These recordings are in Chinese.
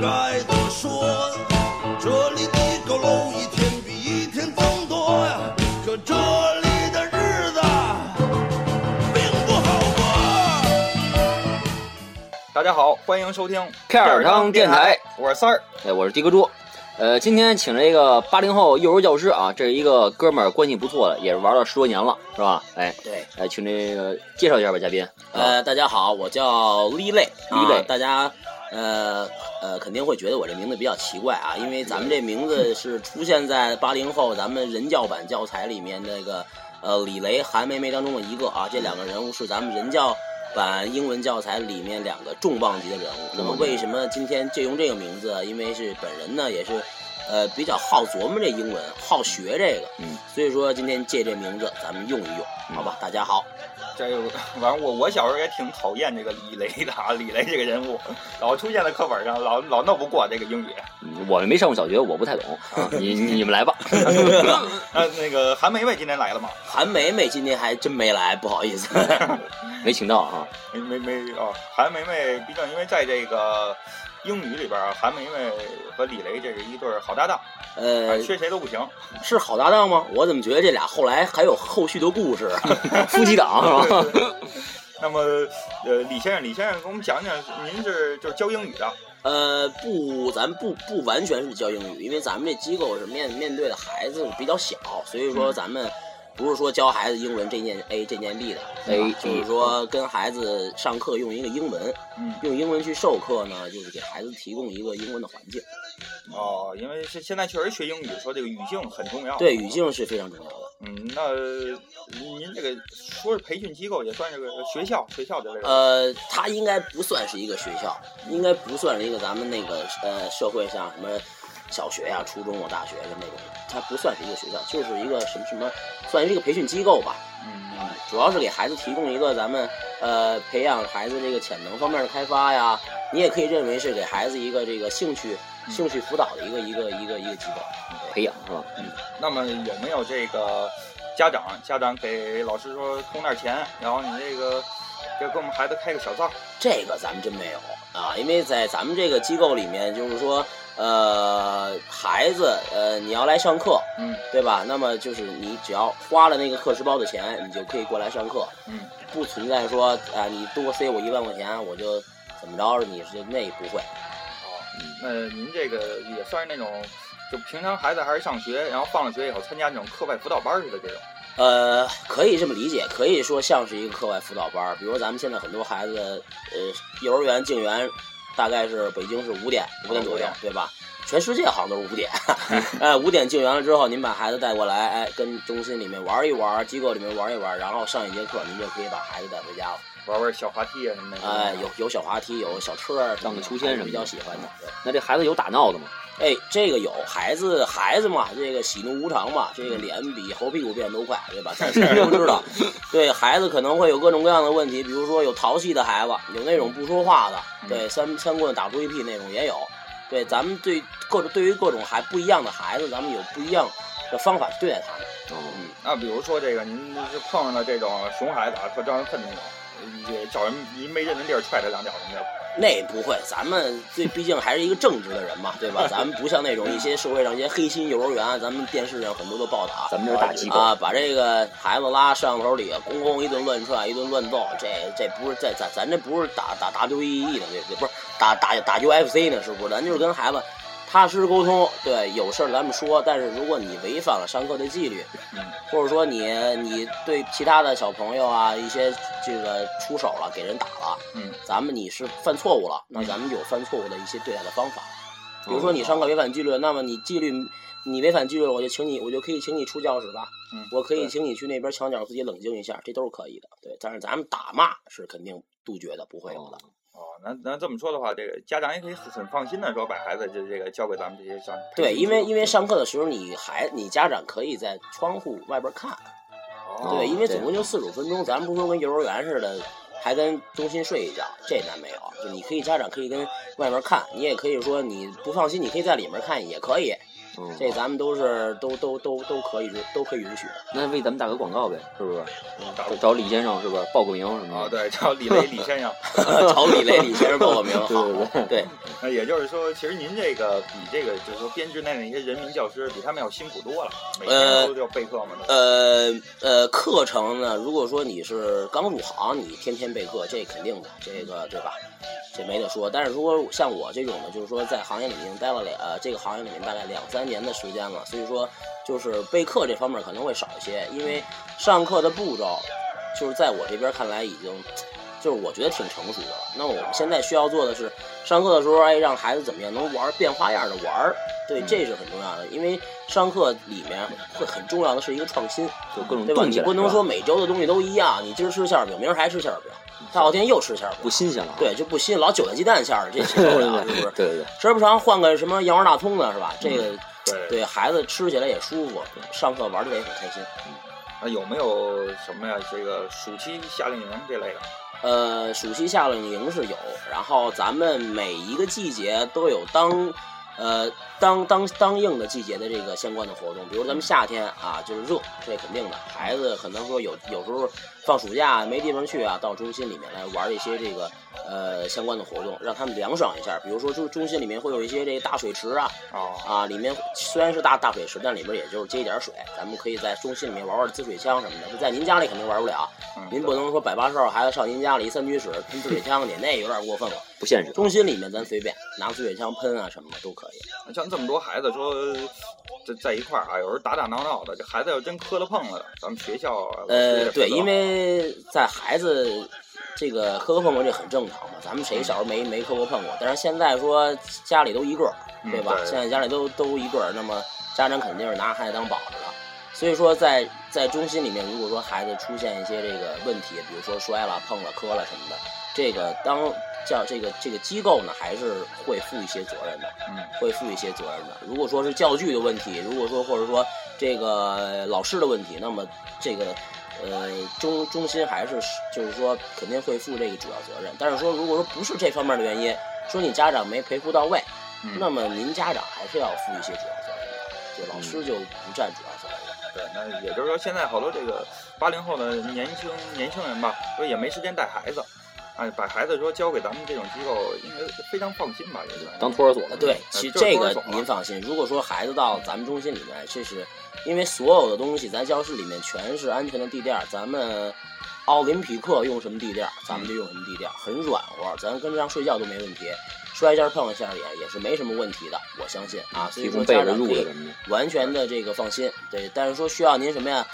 该的说，这里的佝偻一天比一天增多呀，可这里的日子并不好过。大家好，欢迎收听片儿汤电台，我是三儿。哎，我是迪哥猪。呃，今天请这个八零后幼儿教师啊，这是一个哥们儿，关系不错的，也是玩了十多年了，是吧？哎，对，哎，请这个介绍一下吧，嘉宾。啊，呃，大家好，我叫李磊，李磊啊，大家呃呃肯定会觉得我这名字比较奇怪啊，因为咱们这名字是出现在八零后咱们人教版教材里面那个呃李雷、韩梅梅当中的一个啊，这两个人物是咱们人教版英文教材里面两个重磅级的人物。那么为什么今天借用这个名字？啊因为是本人呢也是。呃，比较好琢磨这英文，好学这个，嗯，所以说今天借这名字，咱们用一用，好吧？大家好，这个反正我我小时候也挺讨厌这个李雷的啊，李雷这个人物老出现在课本上，老老弄不过这个英语。嗯我们没上过小学，我不太 懂啊，你你你们来吧。 呃，那个韩梅梅今天来了吗？韩梅梅今天还真没来，不好 意思。没请到啊，没没没哦，韩梅梅，毕竟因为在这个英语里边儿，啊韩梅梅和李雷这是一对儿好搭档，啊呃，缺谁都不行。是好搭档吗？我怎么觉得这俩后来还有后续的 故事啊？夫妻档是吧？那么，呃，李先生，李先生给我们讲讲，您是就是教英语的，呃，不，咱不不完全是教英语，因为咱们这机构是面面对的孩子比较小，所以嗯说咱们不是说教孩子英文这件 A 这件 B 的，对吧 A，嗯就是说跟孩子上课用一个英文，嗯，用英文去授课呢，就是给孩子提供一个英文的环境。哦，因为是现在确实学英语，说这个语境很重要。对，语境是非常重要的。嗯，那呃您这个说是培训机构，也算是个学校，学校之类的。呃，它应该不算是一个学校，应该不算是一个咱们那个呃社会上什么小学呀、初中啊、大学的那种，它不算是一个学校，就是一个什么什么，算是一个培训机构吧。嗯，主要是给孩子提供一个咱们呃培养孩子这个潜能方面的开发呀，你也可以认为是给孩子一个这个兴趣兴趣辅导的一个一个一个一个机构。培养是吧？那么有没有这个家长家长给老师说充点钱，然后你这个就给我们孩子开个小灶？这个咱们真没有啊，因为在咱们这个机构里面，就是说，呃，孩子，呃，你要来上课，嗯，对吧？那么就是你只要花了那个课时包的钱，你就可以过来上课，嗯，不存在说啊、你多塞我一万块钱，我就怎么着，你是那不会。哦，那您这个也算是那种，就平常孩子还是上学，然后放了学以后参加那种课外辅导班似的这种。呃，可以这么理解，可以说像是一个课外辅导班儿。比如咱们现在很多孩子，呃，幼儿园进园大概是北京是五点哦五点左右，对吧？全世界好像都是五点， 哎，五点进园了之后，您把孩子带过来，哎，跟中心里面玩一玩，机构里面玩一玩，然后上一节课，您就可以把孩子带回家了。玩玩小滑梯啊什么的。哎，有有小滑梯，有小车儿什么的，嗯荡个秋千什么的还是比较喜欢的。对那这孩子有打闹的吗？哎，这个有孩子，孩子嘛，这个喜怒无常嘛，这个脸比猴屁股变都快，对吧？咱谁都知道，对孩子可能会有各种各样的问题，比如说有淘气的孩子，有那种不说话的，对三三棍打出一屁那种也有。对，咱们对各种对于各种还不一样的孩子，咱们有不一样的方法去对待他们。哦，那比如说这个，您是碰上了这种熊孩子啊，特招人恨那种，呃也找人一没认得地儿踹他两脚什么的。那不会，咱们最毕竟还是一个正直的人嘛，对吧？咱们不像那种一些社会上一些黑心幼儿园啊，咱们电视上很多都报道啊，咱们这是大机构，啊，把这个孩子拉摄像头里，咣咣一顿乱踹，一顿乱揍，这这不是在咱咱这不是打打 E 打 WWE 呢，对不对？不是打打打 UFC 呢，是不是？咱就是跟孩子踏实沟通，对，有事儿咱们说。但是如果你违反了上课的纪律，嗯，或者说你你对其他的小朋友啊一些这个出手了，给人打了，嗯，咱们你是犯错误了，那咱们有犯错误的一些对待的方法。比如说你上课违反纪律了，那么你纪律，你违反纪律了，我就请你，我就可以请你出教室吧，嗯我可以对请你去那边墙角自己冷静一下，这都是可以的，对。但是咱们打骂是肯定杜绝的，不会有的。哦，那那这么说的话，这个家长也可以很很放心的说把孩子这这个交给咱们这些上对，因为因为为上课的时候，你还你家长可以在窗户外边看，啊哦对，因为总共就四十五分钟，咱们不说跟幼儿园似的，还跟中心睡一觉，这咱没有。就你可以家长可以跟外面看，你也可以说你不放心，你可以在里面看也可以，嗯这咱们都是都都都都可以都可以允许。那为咱们打个广告呗，是不是？打找找李先生是不是报个名什么啊，的？对，叫李雷李先 生。 找李雷李先生报个名，啊对对对，对那也就是说，其实您这个比这个就是说编制内的一些人民教师，比他们要辛苦多了，每天都要备课嘛。都呃呃，课程呢，如果说你是刚入行，你天天备课，这肯定的，这个对吧？这没得说。但是如果像我这种呢，就是说在行业里面待了两、呃、这个行业里面大概两三年的时间了，所以说就是备课这方面可能会少一些，因为上课的步骤，就是在我这边看来已经。就是我觉得挺成熟的了。那我们现在需要做的是，上课的时候，哎，让孩子怎么样能玩儿变花样的玩儿，对，嗯这是很重要的。因为上课里面会很重要的是一个创新，就各种对嗯吧？动你起来。不能说是吧每周的东西都一样，你今儿吃馅儿饼，明儿还吃馅儿饼，大后天又吃馅儿饼，嗯不新鲜了啊。对，就不新，老韭菜鸡蛋馅儿的，这受 不了，是不是？对对对，时不常换个什么羊肉大葱的，是吧？这嗯个对对孩子吃起来也舒服，上课玩起来也很开心。那有没有什么呀？这个暑期夏令营这类的？呃，暑期夏令营是有，然后咱们每一个季节都有当，呃，当当当应的季节的这个相关的活动，比如咱们夏天啊，就是热，这肯定的，孩子可能说有有时候放暑假没地方去啊，到中心里面来玩一些这个呃相关的活动，让他们凉爽一下。比如说中中心里面会有一些这个大水池啊，哦，啊，里面虽然是大大水池，但里面也就是接一点水，咱们可以在中心里面玩玩滋水枪什么的。就在您家里肯定玩不了，嗯您不能说百八十号孩子上您家里一三居室喷滋水枪去，那有点过分了。不现实。中心里面咱随便拿滋水枪喷啊什么的都可以。像这么多孩子说这在一块儿啊，有时候打打闹闹的，这孩子要真磕了碰了的，咱们学校啊呃，对，因为在孩子这个磕磕碰碰这很正常嘛，咱们谁小时候没没磕过碰过？但是现在说家里都一个儿，嗯对吧？对现在家里都都一个儿，那么家长肯定是拿孩子当宝着了。所以说在，在中心里面，如果说孩子出现一些这个问题，比如说摔了、碰了、磕了什么的，这个当叫这个这个机构呢，还是会负一些责任的。嗯会负一些责任的。如果说是教具的问题，如果说或者说这个老师的问题，那么这个呃中中心还是就是说肯定会负这个主要责任。但是说如果说不是这方面的原因，说你家长没陪护到位，嗯，那么您家长还是要负一些主要责任的，这老师就不占主要责任了。对，那也就是说，现在好多这个八零后的年轻年轻人吧，说也没时间带孩子，哎，把孩子说交给咱们这种机构，应该非常放心吧，也算是当托儿所啊，的，对，呃其实就是这托儿个所嘛您放心。如果说孩子到咱们中心里面，这是因为所有的东西咱教室里面全是安全的地垫儿，咱们奥林匹克用什么地垫儿，咱们就用什么地垫儿，很软和，咱跟上睡觉都没问题，摔一下碰一下也也是没什么问题的，我相信啊。所以提说供家被子、长褥可子以什么的。完全的这个放心，对。但是说需要您什么呀？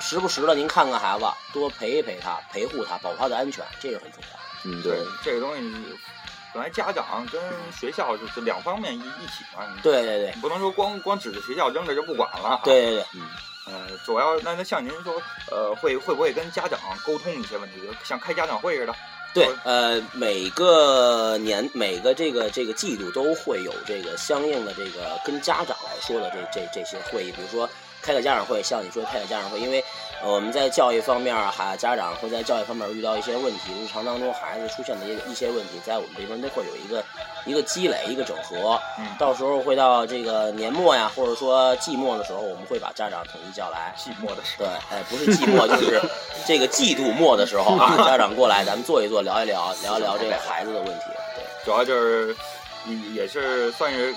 时不时的您看看孩子，多陪一陪他，陪护他，保护他的安全，这是很重要的。嗯，对对，这个东西，本来家长跟学校是是两方面一一起嘛，你对对对，你不能说光光指着学校扔着就不管了，，对对对。呃，主要那那像您说，呃，会会不会跟家长沟通一些问题，就像开家长会似的，对我，呃，每个年每个这个这个季度都会有这个相应的这个跟家长来说的这这这些会议，比如说开个家长会，像你说开个家长会，因为、呃我们在教育方面啊，还家长会在教育方面遇到一些问题，日常当中孩子出现的一一些问题，在我们这边都会有一个一个积累，一个整合，嗯到时候会到这个年末呀，或者说季末的时候，我们会把家长统一叫来，寂寞的时对，哎，不是季 末，就是这个季度末的时候啊，家长过来，咱们坐一坐，聊一聊，聊一聊这个孩子的问题。候，主要就是也也是算是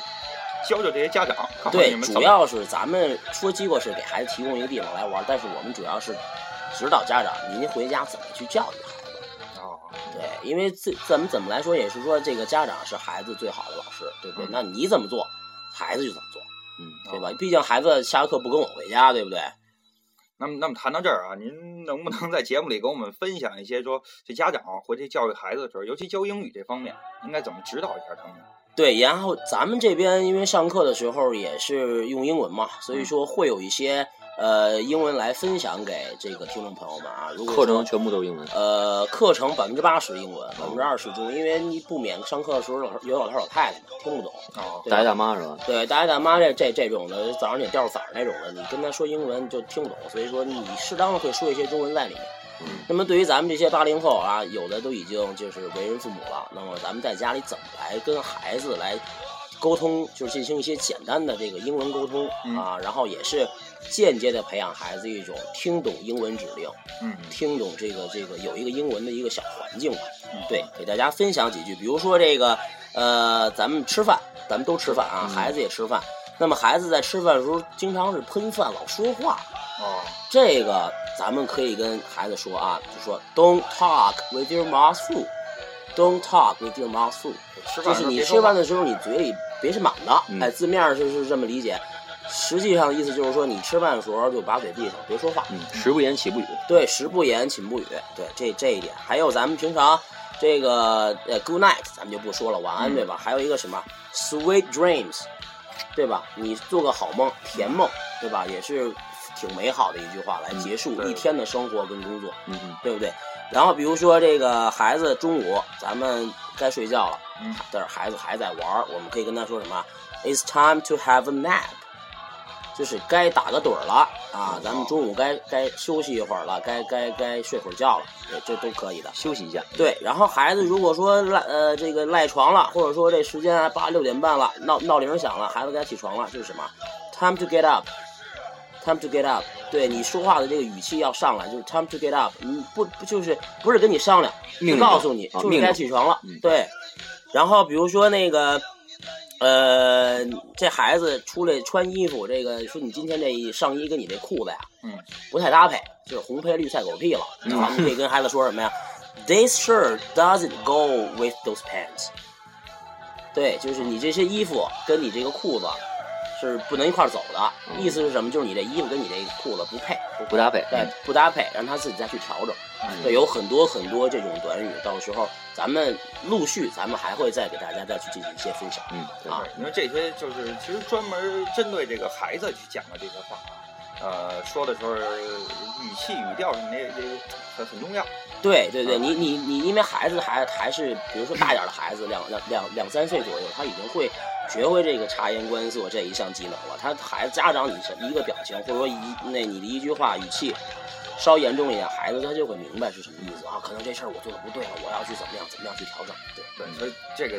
教教这些家长，看看你对，们对，怎主么要是咱们说机构是给孩子提供一个地方来玩，但是我们主要是指导家长，您回家怎么去教育孩子。哦对，因为这怎么怎么来说，也是说这个家长是孩子最好的老师，对不对？嗯哦那你怎么做，孩子就怎么做，嗯，对吧？毕竟孩子下了课不跟我回家，对不对？那么，那么谈到这儿啊，您能不能在节目里给我们分享一些说，这家长回去教育孩子的时候，尤其教英语这方面，应该怎么指导一下他们？对，然后咱们这边因为上课的时候也是用英文嘛，所嗯以说会有一些呃英文来分享给这个听众朋友们啊。如果课说程全部都是英文。呃，课程百分之八十英文，百分之二十中文，因为你不免上课的时候老有老头老太太嘛，听不懂。哦，对吧大爷大妈是吧？对，大爷大妈这这这种的，早上你掉色儿那种的，你跟他说英文你就听不懂，所以说你适当的会说一些中文在里面。嗯那么对于咱们这些八零后啊，有的都已经就是为人父母了，那么咱们在家里怎么来跟孩子来沟通就是进行一些简单的这个英文沟通、嗯啊，然后也是间接的培养孩子一种听懂英文指令，嗯，听懂这个这个有一个英文的一个小环境吧。嗯对，给大家分享几句，比如说这个，呃，咱们吃饭，咱们都吃饭啊，孩子也吃饭。那么孩子在吃饭的时候，经常是喷饭，老说话，哦，这个咱们可以跟孩子说啊，就说 Don't talk with your mouth full。Don't talk with your mouth full，吃就饭的时是候你别吃说话饭的时候，你嘴里别是满的。嗯哎，字面上就是这么理解。实际上意思就是说，你吃饭的时候就把嘴闭上，别说话。嗯，食不言，寝不语。对，食不言，寝不语。对，这这一点，还有咱们平常这个呃，good night，咱们就不说了，晚安，嗯对吧？还有一个什么 sweet dreams，对吧？你做个好梦，甜梦，对吧？也是挺美好的一句话来结束嗯对一天的生活跟工作，嗯嗯对不对？然后比如说这个孩子中午咱们该睡觉了，嗯但是孩子还在玩儿，我们可以跟他说什么？It's time to have a nap，就是该打个盹儿了啊，咱们中午该该休息一会儿了，该该该睡会儿觉了，对，这都可以的。休息一下。对，然后孩子如果说赖呃这个赖床了，或者说这时间啊八六点半了，闹闹铃响了，孩子该起床了，这是什么？Time to get up，time to get up。对你说话的这个语气要上来，就是 time to get up，你不不就是不是跟你商量，命就令告诉你啊就是命令该起床了嗯，对。然后比如说那个，呃，这孩子出来穿衣服，这个说你今天这上衣跟你这裤子呀，嗯，不太搭配，就是红配绿菜狗屁了。嗯咱们可以跟孩子说什么呀？This shirt doesn't go with those pants。对，就是你这些衣服跟你这个裤子是不能一块儿走的。意思是什么？就是你这衣服跟你这裤子不配，不不搭配。对，不搭配，让他自己再去调整。嗯对，有很多很多这种短语，到时候咱们陆续咱们还会再给大家再去进行一些分享。嗯，对啊对，因为这些就是其实专门针对这个孩子去讲的这些话啊，呃，说的时候语气、语调什么的也也很很重要。对对对，嗯你你你，因为孩子还还是，比如说大点儿的孩子，两两两两三岁左右，他已经会学会这个察言观色这一项技能了。他孩子家长你是一个表情，或者说一那你的一句话语气稍严重一点，孩子他就会明白是什么意思啊。可能这事儿我做的不对了，我要去怎么样怎么样去调整。对对，所以这个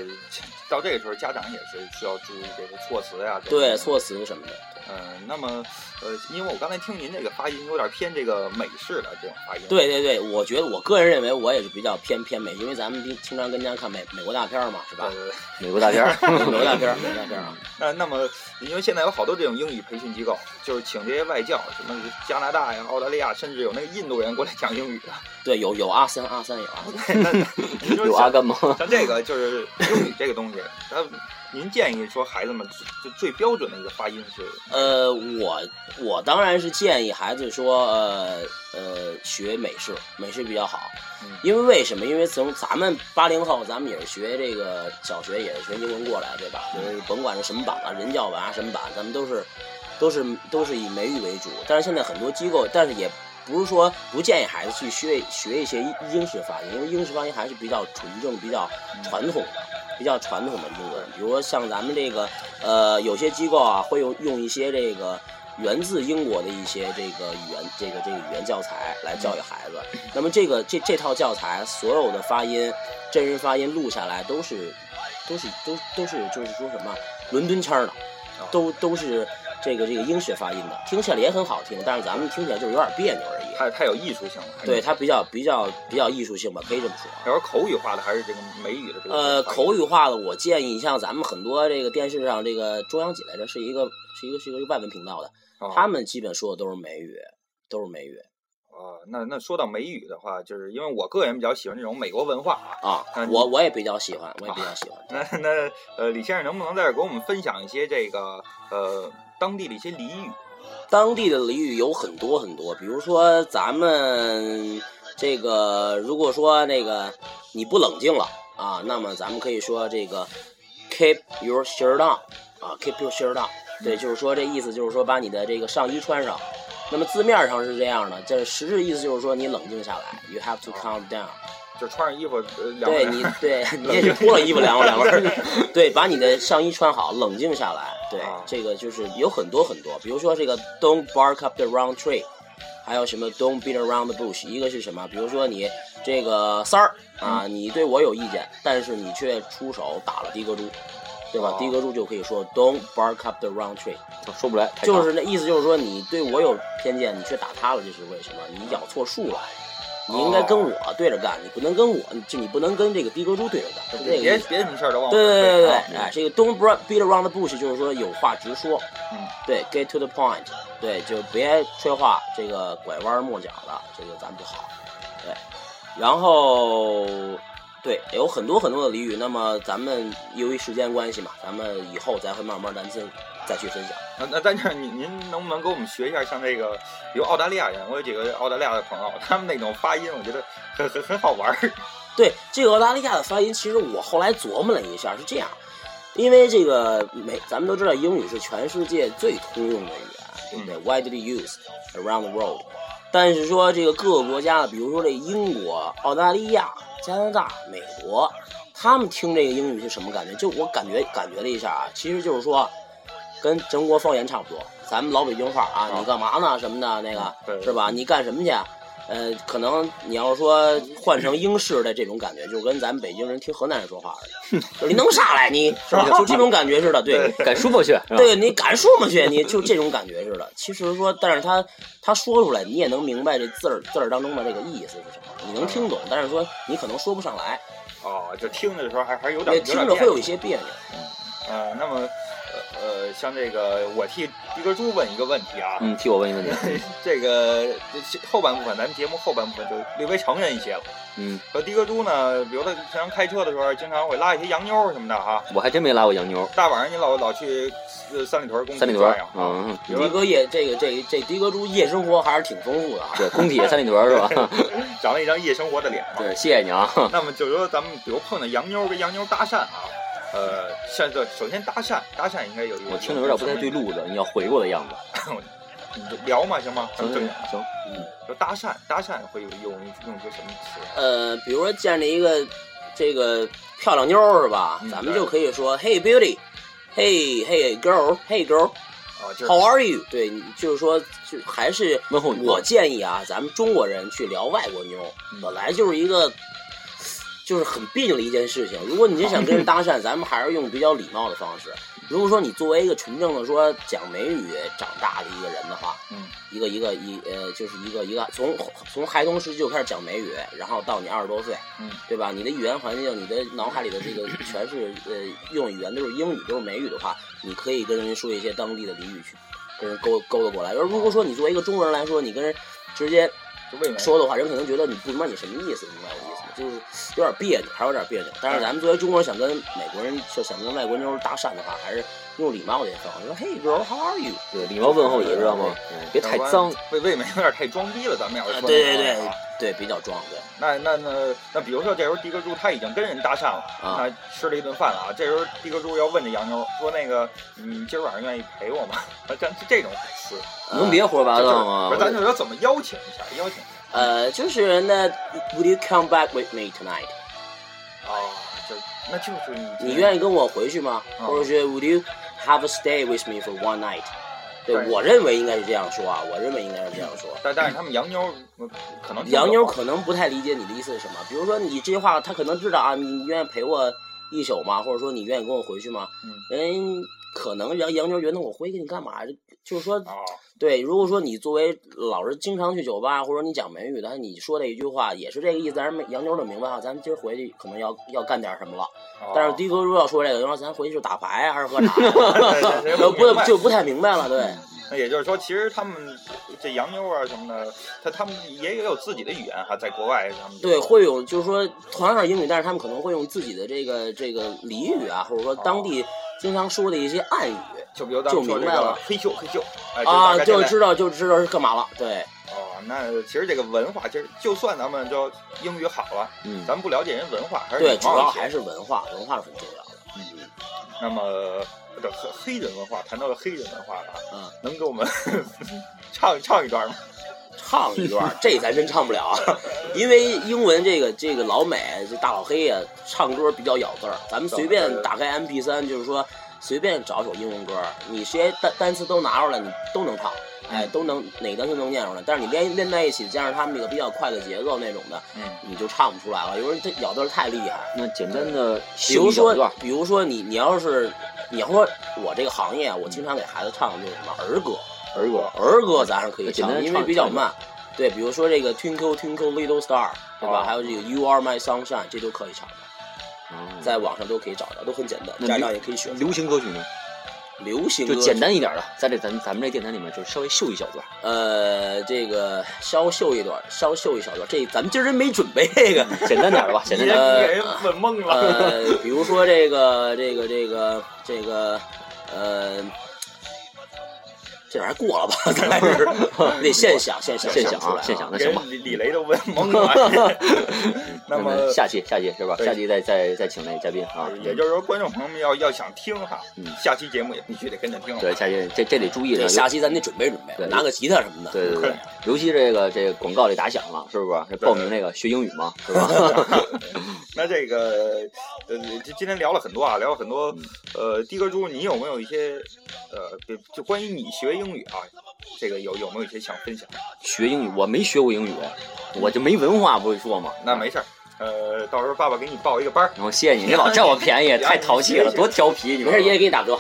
到这个时候，家长也是需要注意这个措辞呀、对，措辞什么的。嗯、那么呃，因为我刚才听您这个发音有点偏这个美式的这种发音。对对对，我觉得我个人认为我也是比较偏偏美，因为咱们平经常跟人家看美美国大片儿嘛，是吧呃，？美国大片儿。 美国大片儿，美国大片儿啊。那那么，因为现在有好多这种英语培训机构，就是请这些外教，什么加拿大呀、澳大利亚，甚至有那个印度人过来讲英语的。 对，有有阿三，阿三有阿三。那那您就 有阿甘吗？ 像这个就是英语这个东西，那您建议说孩子们最就最标准的一个发音是呃，我我当然是建议孩子说，呃呃，学美式，美式比较好嗯。因为为什么？因为从咱们八零后，咱们也是学这个小学，也是学英文过来，对吧？就是甭管是什么版了，人教版啊什么版，咱们都是都是都是以美语为主。但是现在很多机构，但是也不是说不建议孩子去学学一些英式发音，因为英式发音还是比较纯正、比较传统的、比较传统的英文。比如说像咱们这个呃，有些机构啊会用用一些这个源自英国的一些这个语言这个这个语言教材来教育孩子。那么这个这这套教材所有的发音、真人发音录下来都是都是都都是就是说什么伦敦腔儿的，都都是这个这个英式发音的，听起来也很好听，但是咱们听起来就是有点别扭而已。太太有艺术性了，还是对，它比较比较比较艺术性吧，可以这么说啊。还是口语化的，还是这个美语的这个？呃，口语语化的，我建议像咱们很多这个电视上这个中央几来着，是一个是一个是一个外文频道的，哦他们基本说的都是美语，都是美语啊，那那说到美语的话，就是因为我个人比较喜欢这种美国文化啊。啊嗯。我我也比较喜欢，我也比较喜欢。那那呃，李先生能不能再给我们分享一些这个呃当地的一些俚语？当地的俚语有很多很多，比如说咱们这个，如果说那个你不冷静了啊，那么咱们可以说这个 keep your shirt on 啊，keep your shirt on，对，就是说这意思就是说把你的这个上衣穿上。那么字面上是这样的，这实质意思就是说你冷静下来，you have to calm down。就穿上衣服，呃、两个对人你， 对你也是脱了衣服凉快凉快。对，把你的上衣穿好，冷静下来。对啊，这个就是有很多很多，比如说这个 "Don't bark up the wrong tree"，还有什么 "Don't beat around the bush"。一个是什么？比如说你这嗯个三儿啊，你对我有意见，但是你却出手打了的哥猪。对吧哦？低格数就可以说 Don't bark up the wrong tree，说不来，太就长是那意思，就是说你对我有偏见，你却打他了，这是为什么？你咬错树了，你应该跟哦我对着干，你不能跟我，就你不能跟这个低格猪对着干，是这个别意思。别什么事儿都往我对这背对对对对啊，哎，这个 don't bra- beat around the bush 就是说有话直说，嗯，对，get to the point，对，就别吹话，这个拐弯抹角的，这个咱不好，对，然后对，有很多很多的俚语，那么咱们由于时间关系嘛，咱们以后再会慢慢咱再再去分享。那那在这儿您您能不能给我们学一下，像那个有澳大利亚人，我有几个澳大利亚的朋友，他们那种发音，我觉得很很很好玩儿。对这个澳大利亚的发音，其实我后来琢磨了一下，是这样，因为这个美，咱们都知道英语是全世界最通用的语言，对不对、w 嗯 i d e l y used around the world。但是说这个各个国家的，比如说这英国、澳大利亚、加拿大、美国，他们听这个英语是什么感觉？就我感觉感觉了一下啊，其实就是说，跟中国方言差不多，咱们老北京话啊，啊你干嘛呢什么的，那个对是吧？你干什么去？呃，可能你要说换成英式的这种感觉，就跟咱们北京人听河南人说话似的，就是你弄啥来你， 是吧？就这种感觉似的，对。赶舒服去，是吧 对你敢说吗？去，你就这种感觉似的。其实说，但是他他说出来，你也能明白这字儿字儿当中的这个意思是什么，你能听懂，但是说你可能说不上来，哦，就听着的时候还还是有点也有点听着会有别一些别扭。扭呃，那么呃呃，像这个我替迪格猪问一个问题啊，嗯，替我问一问你， 这个这后半部分，咱们节目后半部分就略微成人一些了。嗯，和迪格猪呢，比如他平常开车的时候，经常会拉一些洋妞儿什么的哈。我还真没拉过洋妞，大晚上你老老去呃三里屯公三里园转屯儿悠，，啊嗯，比如迪说哥夜这个这这迪哥猪夜生活还是挺丰富的啊。对，工体三里屯儿是吧？ 长了一张夜生活的脸嘛。嗯对，谢谢你啊，那么就是说，咱们比如碰到洋妞儿跟洋妞儿搭讪啊，呃，像这首先搭讪，搭讪应该有一个我听着有点不太对，路子，你要回过的样子，你就聊嘛行吗？咱行嗯们正行经行，就搭讪，搭讪会有用用些什么词？呃，比如说见着一个这个漂亮妞儿是吧嗯？咱们就可以说 Hey beauty，Hey Hey girl，Hey girl，How 啊，就是 are you？对，你就是说，就还是问候你我建议啊，咱们中国人去聊外国妞，嗯本来就是一个就是很别扭的一件事情。如果你真想跟人 搭讪，咱们还是用比较礼貌的方式。如果说你作为一个纯正的说讲美语长大的一个人的话，嗯，一个一个一呃，就是一个一个从从孩童时期就开始讲美语，然后到你二十多岁，嗯，对吧？你的语言环境，你的脑海里的这个 全是呃用语言都是英语都是美语的话，你可以跟人家说一些当地的俚语去跟人勾勾搭过来。而如果说你作为一个中国人来说，你跟人直接就未免说的话，人可能觉得你不明白你什么意思，明白我的意思吗？就是有点别扭，还有点别扭。但是咱们作为中国人，想跟美国人就想跟外国妞搭讪的话，还是用礼貌的方式，说 Hey girl，how are you？对，礼貌问候你知道吗？嗯别太脏，，未未免有点太装逼了。咱们要是啊，说对那对个对啊对，比较装，对。那那那那，比如说这时候迪哥猪他已经跟人搭讪了，啊那吃了一顿饭了啊。这时候迪哥猪要问这洋妞儿说：“那个，你今儿晚上愿意陪我吗？”咱是这种词，你能别胡说啊八就是道吗不？是，咱就说怎么邀请一下，邀请一下嗯呃，就是那 Would you come back with me tonight？啊，就那就是你你愿意跟我回去吗？嗯或者是 Would you have a stay with me for one night？对对我认为应该是这样说啊，我认为应该是这样说。但但是他们洋妞儿呃可 能听不懂洋妞可能不太理解你的意思是什么，比如说你这句话，他可能知道啊，你你愿意陪我一宿吗？或者说你愿意跟我回去吗？嗯人可能洋洋妞觉得我回去你干嘛？这就是说，啊，对，如果说你作为老是经常去酒吧，或者你讲美语的，你说这一句话也是这个意思，咱们洋妞就明白啊，咱们今儿回去可能要要干点什么了。啊但是的哥如果要说这个，然后咱回去就打牌啊还是喝茶呀， 对就对不明白就不太明白了，对。那也就是说，其实他们这洋妞儿啊什么的，他他们也有自己的语言哈，在国外他们就对，会有就是说同样是英语，但是他们可能会用自己的这个这个俚语啊，或者说当地经常说的一些暗语就比如咱们说这就明白个了黑咻黑咻，哎，啊，哦就大概就这类知道就知道是干嘛了。对，哦，那其实这个文化，其实就算咱们就英语好了，嗯，咱们不了解人文化，还是对，礼主貌要一些还是文化，文化是很重要的。嗯。那么，这黑黑人文化，谈到了黑人文化了，嗯，能给我们 唱唱一段吗？唱一段儿，这咱真唱不了， 因为英文这个这个老美这大老黑呀、唱歌比较咬字儿。咱们随便打开 MP 三，就是说随便找首英文歌，你谁单单词都拿出来，你都能唱，哎，嗯都能哪个单词都能念出来。但是你连连在一起，加上他们这个比较快的节奏那种的，嗯，你就唱不出来了。有人这咬字儿太厉害，那简单的比比如小说段，，比如说你你要是你要说我这个行业啊，我经常给孩子唱的就是什么儿歌，儿歌，儿歌咱是可以简单唱，地因为唱比较唱一慢。对，比如说这个 Twinkle Twinkle Little Star，对哦吧？还有这个 You Are My Sunshine，这都可以唱的，嗯在网上都可以找到，都很简单，那家流长也可以学。流行歌曲呢，流行就歌简曲，单一点的，在这咱咱们这电台里面，就稍微秀一小段。 呃，这个稍秀一段，稍秀一小段。这咱们今儿真没准备这个，简单点的吧，简你单这点儿。你给人问懵嗯了。 呃，比如说这个这个这个这个，呃，这玩意儿过了 吧？咱这是得现想现想现想想出啊来，现想，那给行吧人。李李雷都问懵 了。 那么嗯下期下期是吧？对下期再再再请那嘉宾啊。也就是说，观众朋友们要要想听哈嗯，下期节目也必须得跟着听了。啊对下期这这得注意对，了。下期咱得准备准备，对拿个吉他什么的。对 对对，尤其这个这个广告得打响了，是不是？这报名那个学英语嘛，是吧？那这个呃，这今天聊了很多啊，聊了很嗯多。呃，的哥猪，你有没有一些呃，就就关于你学英语啊，这个有有没有一些想分享？学英语我没学过英语，我就没文化，不会说嘛。那没事儿，呃，到时候爸爸给你报一个班儿。然后谢谢你，你老占我便 宜，太淘气了，多调皮！你没们事，爷爷给你打折。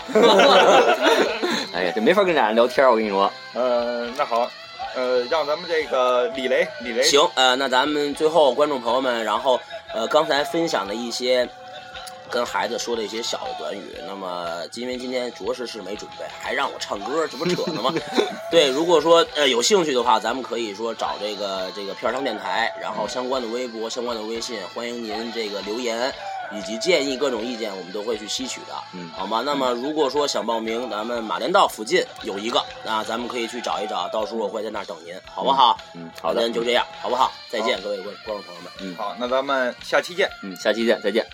嗯哎呀，这没法跟俩人聊天，我跟你说。呃，那好，呃，让咱们这个李雷，李雷，行，呃，那咱们最后观众朋友们，然后呃，刚才分享的一些跟孩子说的一些小的短语，那么因为今天着实是没准备，还让我唱歌，这不扯呢吗？对，如果说呃有兴趣的话，咱们可以说找这个这个片儿商电台，然后相关的微博、相关的微信，欢迎您这个留言。以及建议各种意见，我们都会去吸取的，嗯好吗？那么如果说想报名，咱们马连道附近有一个，那咱们可以去找一找，到时候我会在那儿等您，好不好？嗯，好的那，就这样，好不好？再见，各位观观众朋友们。好，那咱们下期见。嗯，下期见，再见。